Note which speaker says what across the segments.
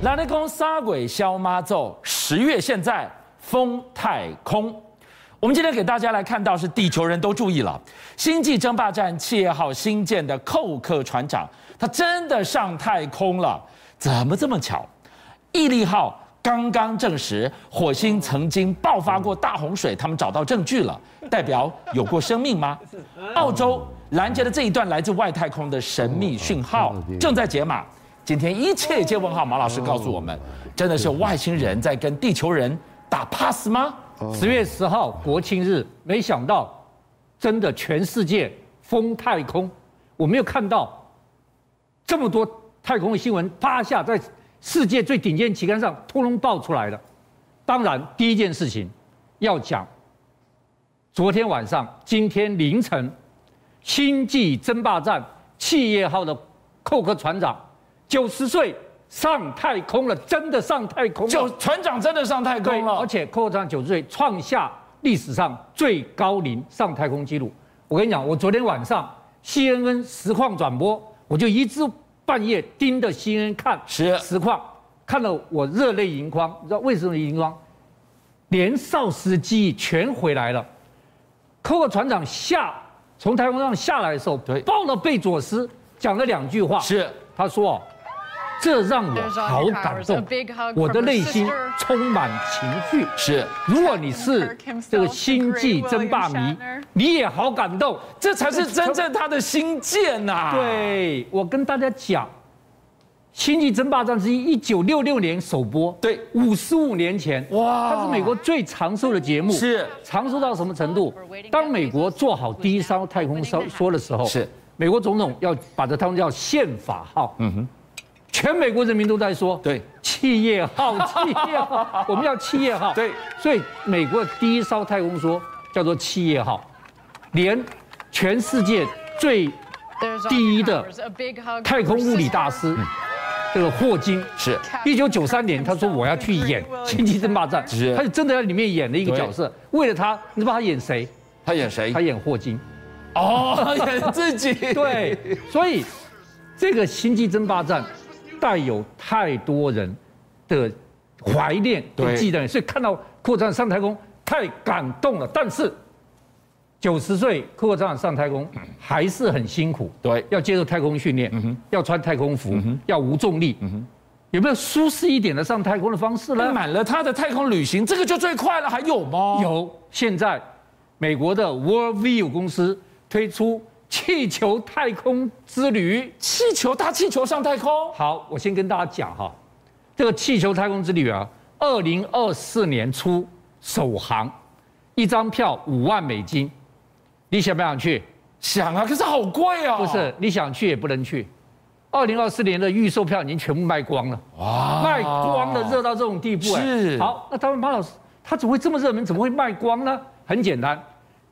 Speaker 1: 咱咧讲杀鬼消妈咒，十月现在封太空。我们今天给大家来看到是地球人都注意了，《星际争霸战》企业号新建的寇克船长，他真的上太空了，怎么这么巧？毅力号刚刚证实火星曾经爆发过大洪水，他们找到证据了，代表有过生命吗？澳洲拦截了这一段来自外太空的神秘讯号，正在解码。今天一切皆问号，马老师告诉我们，真的是外星人在跟地球人打 pass 吗？
Speaker 2: 十月十号国庆日，没想到真的全世界封太空，我没有看到这么多太空的新闻，啪下在世界最顶尖期刊上通通爆出来了。当然，第一件事情要讲，昨天晚上、今天凌晨，星际争霸战企业号的寇克船长九十岁上太空了，真的上太空了。
Speaker 1: 就船长真的上太
Speaker 2: 对，
Speaker 1: 空了
Speaker 2: 而，且科长九十岁创下历史上最高龄上太空纪录。我跟你讲，我昨天晚上 CNN 实况转播，我就一直半夜盯着 CNN 看
Speaker 1: 是
Speaker 2: 实况，看了我热泪盈眶。你知道为什么盈眶？年少时的记忆全回来了。科克船长下从太空上下来的时候，
Speaker 1: 对
Speaker 2: 抱了贝佐斯，讲了两句话。
Speaker 1: 是
Speaker 2: 他说：“这让我好感动，我的内心充满情绪。
Speaker 1: 是，
Speaker 2: 如果你是这个星际争霸迷，你也好感动。
Speaker 1: 这才是真正他的星舰呐、，
Speaker 2: 对我跟大家讲，《星际争霸战》是一九六六年首播，
Speaker 1: 对
Speaker 2: 五十五年前，
Speaker 1: 哇
Speaker 2: 它是美国最长寿的节目，
Speaker 1: 是
Speaker 2: 长寿到什么程度？当美国做好第一艘太空梭梭的时候，
Speaker 1: 是
Speaker 2: 美国总统要把这他们叫宪法号，嗯哼，全美国人民都在说，
Speaker 1: 对
Speaker 2: 企业 号，企业号，我们要企业号，
Speaker 1: 对，
Speaker 2: 所以美国的第一艘太空梭叫做企业号，连全世界最第
Speaker 3: 第
Speaker 2: 一
Speaker 3: 一
Speaker 2: 的
Speaker 3: 的
Speaker 2: 太
Speaker 3: 太
Speaker 2: 空
Speaker 3: 空
Speaker 2: 物
Speaker 3: 物
Speaker 2: 理
Speaker 3: 理
Speaker 2: 大
Speaker 3: 大师，
Speaker 1: 嗯
Speaker 2: 师，这个霍金。
Speaker 1: 是
Speaker 2: 一九九三年，他说我要去演《星际争霸战
Speaker 1: 是》，
Speaker 2: 他就真的在里面演了一个角色。为了他，你知道他演谁？
Speaker 1: 他演谁
Speaker 2: 他？演霍金。
Speaker 1: 哦，演自己。
Speaker 2: 对，所以这个《星际争霸战》带有太多人的怀念
Speaker 1: 对
Speaker 2: 跟忌惮，所以看到客长上太空太感动了。但是九十岁客长上太空还是很辛苦，
Speaker 1: 对
Speaker 2: 要接受太空训练，要穿太空服，要无重力，有没有舒适一点的上太空的方式呢？
Speaker 1: 满了他的太空旅行，这个就最快了，还有吗？，
Speaker 2: 有，现在美国的 Worldview 公司推出气球太空之旅。
Speaker 1: 气球搭气球上太空，
Speaker 2: 好，我先跟大家讲哈，这个气球太空之旅啊，二零二四年初首航，一张票五万美金，你想不想去？
Speaker 1: 想啊，可是好贵哦。
Speaker 2: 不是，你想去也不能去。二零二四年的预售票已经全部卖光了，
Speaker 1: 哇
Speaker 2: 卖光了，热到这种地步哎。
Speaker 1: 是
Speaker 2: 好，那他们马老师，他怎么会这么热门？怎么会卖光呢？很简单，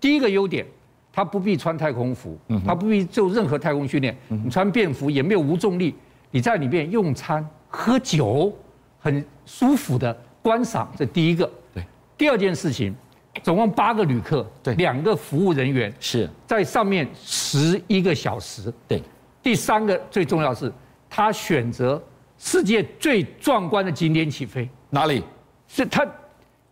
Speaker 2: 第一个优点，他不必穿太空服，
Speaker 1: 嗯
Speaker 2: 他不必做任何太空训练，你穿便服也没有无重力，你在里面用餐、喝酒，很舒服的观赏，这第一个。
Speaker 1: 对。
Speaker 2: 第二件事情，总共八个旅客，
Speaker 1: 对
Speaker 2: 两个服务人员
Speaker 1: 是，
Speaker 2: 在上面十一个小时，
Speaker 1: 对，
Speaker 2: 第三个最重要是，他选择世界最壮观的景点起飞，
Speaker 1: 哪里？
Speaker 2: 是他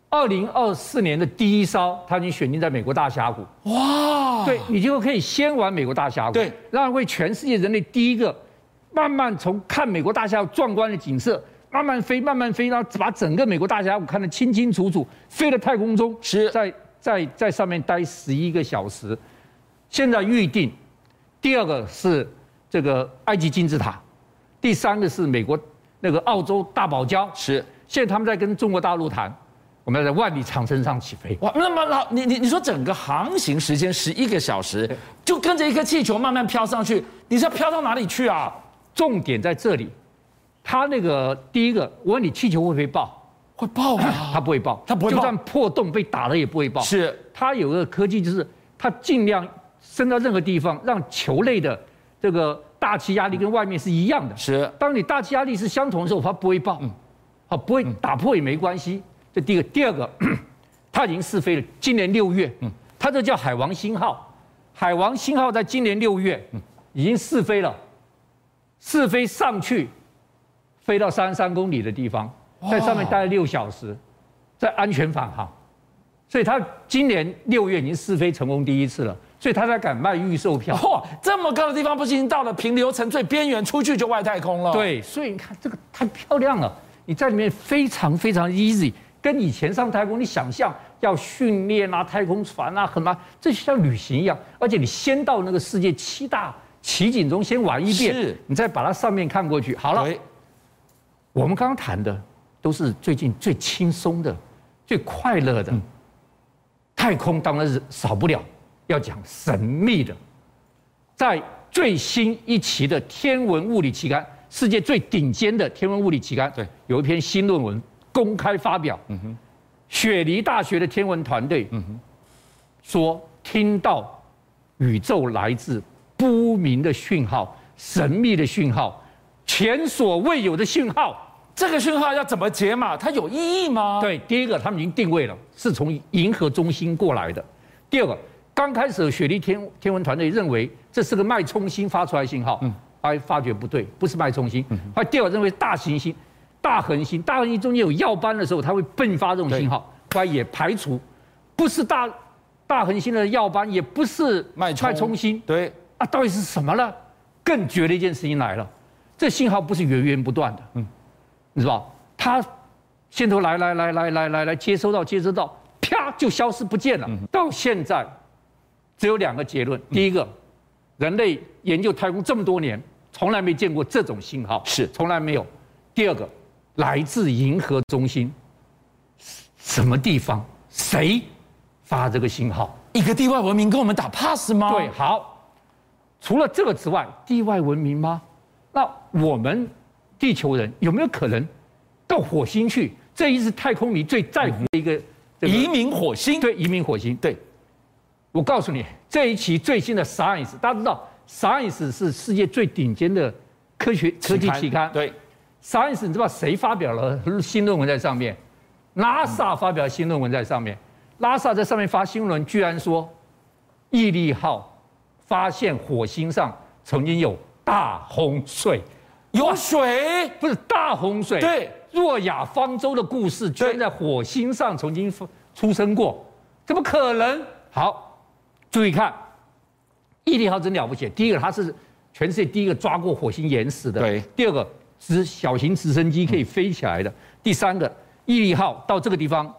Speaker 2: 二零二四年的第一艘，他已经选定在美国大峡谷。
Speaker 1: 哇，
Speaker 2: 对，你就可以先玩美国大峡谷，
Speaker 1: 对，
Speaker 2: 让为全世界人类第一个，慢慢从看美国大峡谷壮观的景色，慢慢飞，慢慢飞，然后把整个美国大峡谷看得清清楚楚，飞到太空中，
Speaker 1: 是
Speaker 2: 在在在上面待十一个小时。现在预定，第二个是这个埃及金字塔，第三个是美国那个澳洲大堡礁，
Speaker 1: 是。
Speaker 2: 现在他们在跟中国大陆谈，我们要在万里长城上起飞。
Speaker 1: 哇，那么老你你你说整个航行时间十一个小时，就跟着一颗气球慢慢飘上去，你是要飘到哪里去啊？
Speaker 2: 重点在这里，它那个第一个，我问你气球会不会爆？
Speaker 1: 会爆啊！
Speaker 2: 它不会爆，
Speaker 1: 它不会爆
Speaker 2: 就算破洞被打了也不会爆。
Speaker 1: 啊是
Speaker 2: 它有个科技，就是它尽量升到任何地方，让球类的这个大气压力跟外面是一样的。
Speaker 1: 是
Speaker 2: 当你大气压力是相同的时候，它不会爆，啊，不会打破也没关系。这第一个，第二个， 它已经试飞了，今年六月，它这叫海王星号，海王星号在今年六月已经试飞了，试飞上去，飞到三十三公里的地方，在上面待了六小时，在安全返航。所以他今年六月已经试飞成功第一次了，所以他才敢卖预售票。
Speaker 1: 哇，这么高的地方不行，到了平流层最边缘，出去就外太空了。，
Speaker 2: 对，所以你看这个太漂亮了，你在里面非常非常 easy，跟以前上太空你想象要训练啊、太空船啊、很啊，这就像旅行一样。而且你先到那个世界七大奇景中先玩一遍
Speaker 1: 是，
Speaker 2: 你再把它上面看过去。好了，
Speaker 1: 喂，
Speaker 2: 我们刚刚谈的都是最近最轻松的、最快乐的。太空当然是少不了要讲神秘的，在最新一期的《天文物理期刊》，世界最顶尖的《天文物理期刊》，
Speaker 1: 对，
Speaker 2: 有一篇新论文公开发表。嗯哼，雪梨大学的天文团队，嗯哼，说听到宇宙来自不明的讯号、神秘的讯号、前所未有的讯号。
Speaker 1: 这个讯号要怎么解码？它有意义吗？，
Speaker 2: 对，第一个他们已经定位了，是从银河中心过来的。第二个，刚开始雪梨天天文团队认为这是个脉冲星发出来的信号，嗯，还发觉不对，不是脉冲星。
Speaker 1: 嗯
Speaker 2: 后来第二个认为是大行星、大恒星，大恒星中间有耀斑的时候，它会迸发这种信号，
Speaker 1: 嗯
Speaker 2: 后来也排除，不是大大恒星的耀斑，也不是
Speaker 1: 脉冲
Speaker 2: 脉冲星，
Speaker 1: 对，
Speaker 2: 啊，到底是什么呢？更绝的一件事情来了，这信号不是源源不断的，嗯，你知道，它线头来来来来来来来接收到接收到，啪就消失不见了。到现在，只有两个结论：第一个，人类研究太空这么多年，从来没见过这种信号，
Speaker 1: 是
Speaker 2: 从来没有；第二个，来自银河中心，什么地方，谁发这个信号？
Speaker 1: 一个地外文明跟我们打 pass 吗？
Speaker 2: 对，，好。除了这个之外，地外文明吗？那我们地球人有没有可能到火星去？这一是太空迷最在乎的一个这个
Speaker 1: 移民火星。
Speaker 2: 对移民火星。
Speaker 1: 对，
Speaker 2: 我告诉你，这一期最新的《Science》，大家知道，《Science》是世界最顶尖的科学科技期刊。
Speaker 1: 对，
Speaker 2: Science，你知道谁发表了新论文在上面？NASA 发表新论文在上面。NASA 在上面发新论文，居然说毅力号发现火星上曾经有大洪水，
Speaker 1: 有水。
Speaker 2: 哎不是大洪水。
Speaker 1: 对，
Speaker 2: 诺亚方舟的故事居然
Speaker 1: 对
Speaker 2: 在火星上曾经出出生过，怎么可能？好，注意看，毅力号真了不起。第一个，它是全世界第一个抓过火星岩石的；
Speaker 1: 对嗯
Speaker 2: 第二个，直小型直升机可以飞起来的；第三个，毅力号到这个地方，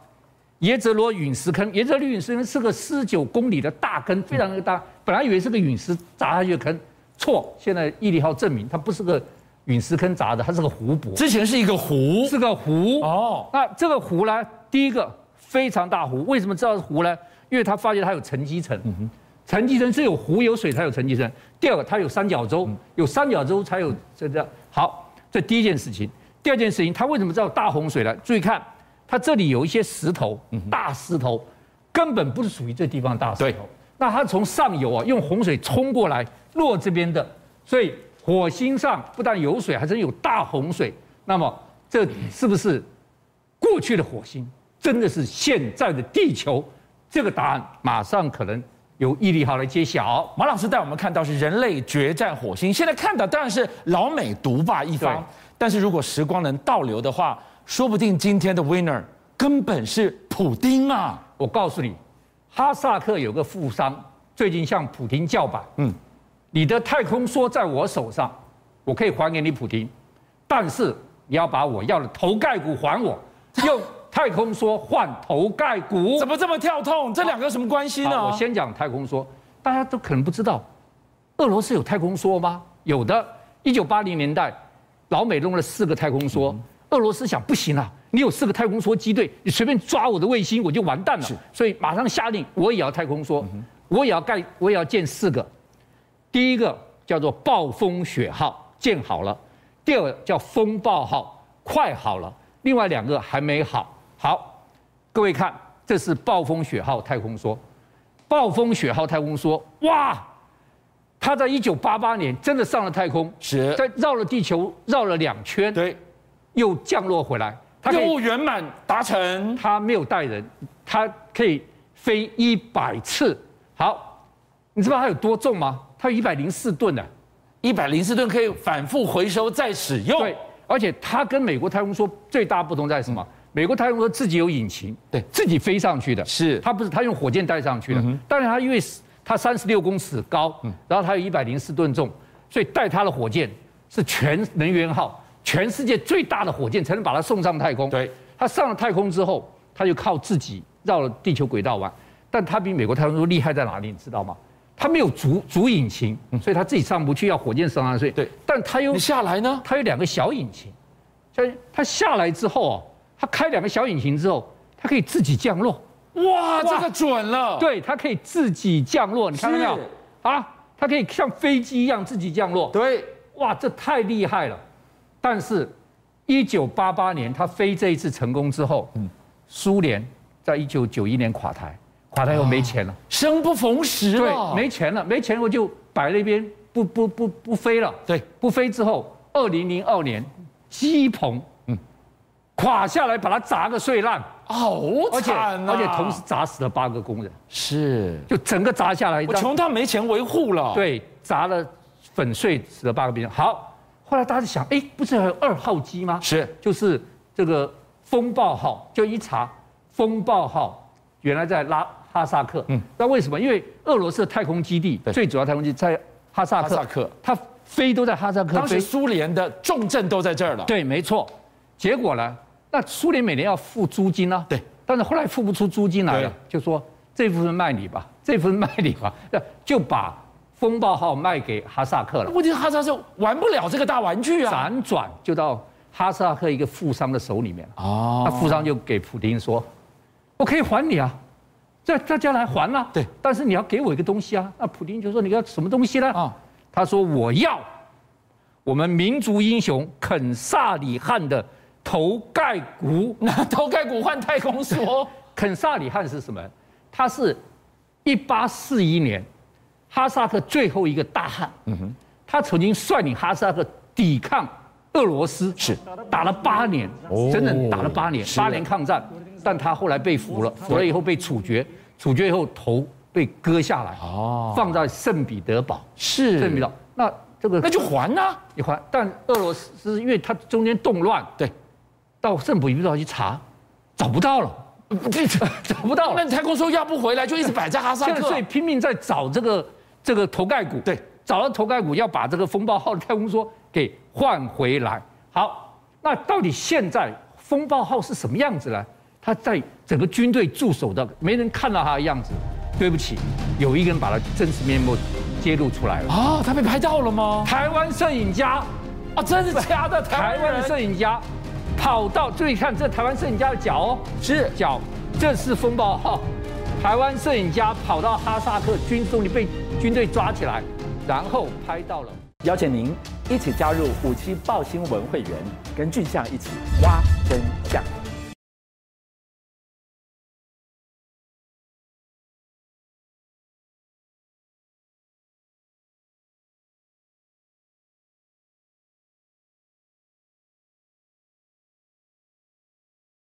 Speaker 2: 耶泽罗陨石坑，耶泽罗陨石坑是个十九公里的大坑，非常的大。本来以为是个陨石砸下去的坑，错，现在毅力号证明它不是个陨石坑砸的，它是个湖泊。
Speaker 1: 之前是一个湖。
Speaker 2: 是个湖
Speaker 1: 哦，
Speaker 2: 那这个湖呢，第一个非常大湖，为什么知道是湖呢？因为他发现它有沉积层，沉积层是有湖有水才有沉积层。第二个，它有三角洲，有三角洲才有这这好。这第一件事情，第二件事情，他为什么知道大洪水呢？注意看，它这里有一些石头，大石头，根本不是属于这地方的大石
Speaker 1: 对
Speaker 2: 头。那它从上游啊，用洪水冲过来落这边的，所以火星上不但有水，还真有大洪水。那么这是不是过去的火星真的是现在的地球？这个答案马上可能由毅力号来揭晓。
Speaker 1: 马老师带我们看到是人类决战火星，现在看到当然是老美独霸一
Speaker 2: 对
Speaker 1: 方，但是如果时光能倒流的话，说不定今天的 winner 根本是普丁啊！
Speaker 2: 我告诉你，哈萨克有个富商最近向普京叫板，
Speaker 1: 嗯
Speaker 2: 嗯，你的太空梭在我手上，我可以还给你普京，但是你要把我要的头盖骨还我，用太空梭换头盖骨
Speaker 1: 怎。么这么跳痛？这两个有什么关系
Speaker 2: 哦好，
Speaker 1: 呢
Speaker 2: 我？先讲太空梭，大家都可能不知道，俄罗斯有太空梭吗？有的，一九八零年代，老美弄了四个太空梭，
Speaker 1: 嗯
Speaker 2: 俄罗斯想不行啊，你有四个太空梭机队，你随便抓我的卫星我就完蛋了，所以马上下令我也要太空
Speaker 1: 嗯
Speaker 2: 梭，我也要盖，我也要建四个，第一个叫做暴风雪号建好了，第二个叫风暴号快好了，另外两个还没好。好，各位看，这是暴风雪号太空梭。暴风雪号太空梭，哇，它在一九八八年真的上了太空，
Speaker 1: 是，
Speaker 2: 在绕了地球绕了两圈，
Speaker 1: 对，
Speaker 2: 又降落回来。它可
Speaker 1: 任
Speaker 2: 以
Speaker 1: 务圆满达成。
Speaker 2: 它没有带人，它可以飞一百次。好，你知道它有多重吗？它有一百零四吨呢、啊
Speaker 1: 一百零四吨可以反复回收再使用。
Speaker 2: 对，而且它跟美国太空梭最大不同在什么？美国太空梭自己有引擎，
Speaker 1: 嗯对
Speaker 2: 自己飞上去的，
Speaker 1: 是嗯
Speaker 2: 它不是它用火箭带上去的。当然它因为它三十六公尺高，然后它有一百零四吨重，所以带它的火箭是全能源号，全世界最大的火箭才能把它送上太空。
Speaker 1: 对，
Speaker 2: 它上了太空之后，它就靠自己绕了地球轨道玩。但它比美国太空梭厉害在哪里，你知道吗？它没有主主引擎，所以它自己上不去，要火箭上上去。
Speaker 1: 嗯对，
Speaker 2: 但它又
Speaker 1: 你下来呢？
Speaker 2: 它有两个小引擎，所以它下来之后哦，它开两个小引擎之后，它可以自己降落。
Speaker 1: 哇，
Speaker 2: 哇
Speaker 1: 这个准了。，
Speaker 2: 对，它可以自己降落，你看到没有
Speaker 1: 是？
Speaker 2: 啊，它可以像飞机一样自己降落。
Speaker 1: 对，
Speaker 2: 哇，这太厉害了！但是，一九八八年它飞这一次成功之后，
Speaker 1: 嗯
Speaker 2: 苏联在一九九一年垮台，垮台以后没钱了，
Speaker 1: 生不逢时了。
Speaker 2: 对，没钱了，没钱我就摆那边不不不不飞了。
Speaker 1: 对，
Speaker 2: 不飞之后，二零零二年，基鹏嗯垮下来，把它砸个碎烂，
Speaker 1: 好
Speaker 2: 而且
Speaker 1: 惨啊！
Speaker 2: 而且同时砸死了八个工人，
Speaker 1: 是，
Speaker 2: 就整个砸下来，
Speaker 1: 我
Speaker 2: 让
Speaker 1: 穷到没钱维护了。，
Speaker 2: 对，砸了粉碎死了八个兵。好，后来大家就想，哎，不是还有二号机吗？
Speaker 1: 是
Speaker 2: 就是这个风暴号，就一查，风暴号原来在拉哈萨克。嗯，那为什么？因为俄罗斯的太空基地
Speaker 1: 对
Speaker 2: 最主要太空基地在哈萨
Speaker 1: 哈
Speaker 2: 克，
Speaker 1: 萨克，
Speaker 2: 它飞都在哈萨克
Speaker 1: 当时
Speaker 2: 飞。
Speaker 1: 苏联的重镇都在这儿了。
Speaker 2: 对，没错。结果呢，那苏联每年要付租金啊。
Speaker 1: 对。
Speaker 2: 但是后来付不出租金来
Speaker 1: 对
Speaker 2: 了，就说这部分卖你吧， 这部分卖你吧， 那就把风暴号卖给哈萨克了。
Speaker 1: 问题是哈萨克玩不了这个大玩具啊。
Speaker 2: 辗转就到哈萨克一个富商的手里面了。那
Speaker 1: 哦，
Speaker 2: 富商就给普京说：“我可以还你啊，这大家来还啊。
Speaker 1: 对，
Speaker 2: 但是你要给我一个东西啊。”那普京就说：“你要什么东西呢？”
Speaker 1: 啊，
Speaker 2: 他说：“我要我们民族英雄肯萨里汗的头盖骨。
Speaker 1: 那头盖骨换太空 梭，
Speaker 2: 肯萨里汗是什么？他是一八四一年哈萨克最后一个大汗。他曾经率领哈萨克抵抗俄罗斯，
Speaker 1: 是哦
Speaker 2: 打了八年，整整打了八年，
Speaker 1: 是啊
Speaker 2: 八年抗战。但他后来被俘了，俘了以后被处决，处决以后头被割下来，
Speaker 1: 哦
Speaker 2: 放在圣彼得堡。
Speaker 1: 是
Speaker 2: 圣彼得堡，那这个
Speaker 1: 那就还啊呐。
Speaker 2: 你还，但俄罗斯是因为它中间动乱，
Speaker 1: 对，
Speaker 2: 到圣彼得堡去查，找不到了，
Speaker 1: 这
Speaker 2: 找不到了
Speaker 1: 那。太空梭要不回来，就一直摆在哈萨
Speaker 2: 哦现在
Speaker 1: 克
Speaker 2: 所以。拼命在找这个这个头盖骨，
Speaker 1: 对，
Speaker 2: 找到头盖骨要把这个风暴号的太空梭给换回来。好，那到底现在风暴号是什么样子呢？它在整个军队驻守的，没人看到它的样子。对不起，有一个人把它真实面目揭露出来了。
Speaker 1: 啊，他被拍到了吗？
Speaker 2: 台湾摄影家
Speaker 1: 啊，真的假的？台
Speaker 2: 台
Speaker 1: 湾
Speaker 2: 湾
Speaker 1: 人
Speaker 2: 的摄影家跑到，注意看这台湾摄影家的脚哦，
Speaker 1: 是
Speaker 2: 脚，这是风暴号。台湾摄影家跑到哈萨克军中，你被军队抓起来，然后拍到了。
Speaker 3: 邀请您一起加入五七报新闻会员，跟俊相一起挖真相。